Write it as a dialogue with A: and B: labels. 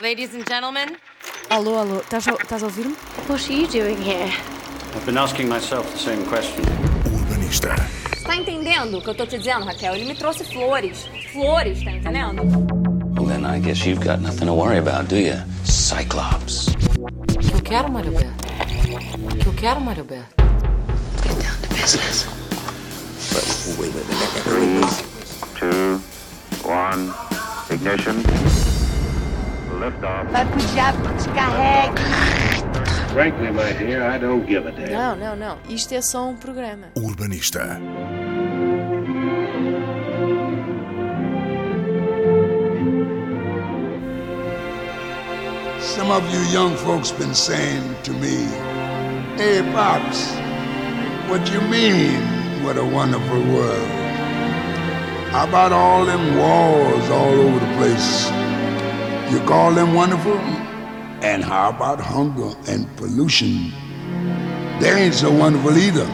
A: Ladies and gentlemen,
B: Alô, alô, estás a, estás a ouvir-me?
C: What are you doing here?
D: I've been asking myself the same question.
E: O Urbanista.
F: Tá entendendo o que eu tô te dizendo, Raquel? Ele me trouxe flores. Flores, tá entendendo?
G: Well, then I guess you've got nothing to worry about, do you? Cyclops.
A: o que eu quero, Mário Beto? O que eu quero, Mário Beto?
C: Get down to business.
H: two, one, ignition. Liftoff. Frankly, my dear, I don't give a damn.
B: Não, não, não. Isto é só um programa.
E: O Urbanista. Some of you young folks been saying to me, "Hey, pops, what you mean? What a wonderful world! How about all them walls all over the place? You call them wonderful? And how about hunger and pollution? They ain't so wonderful either."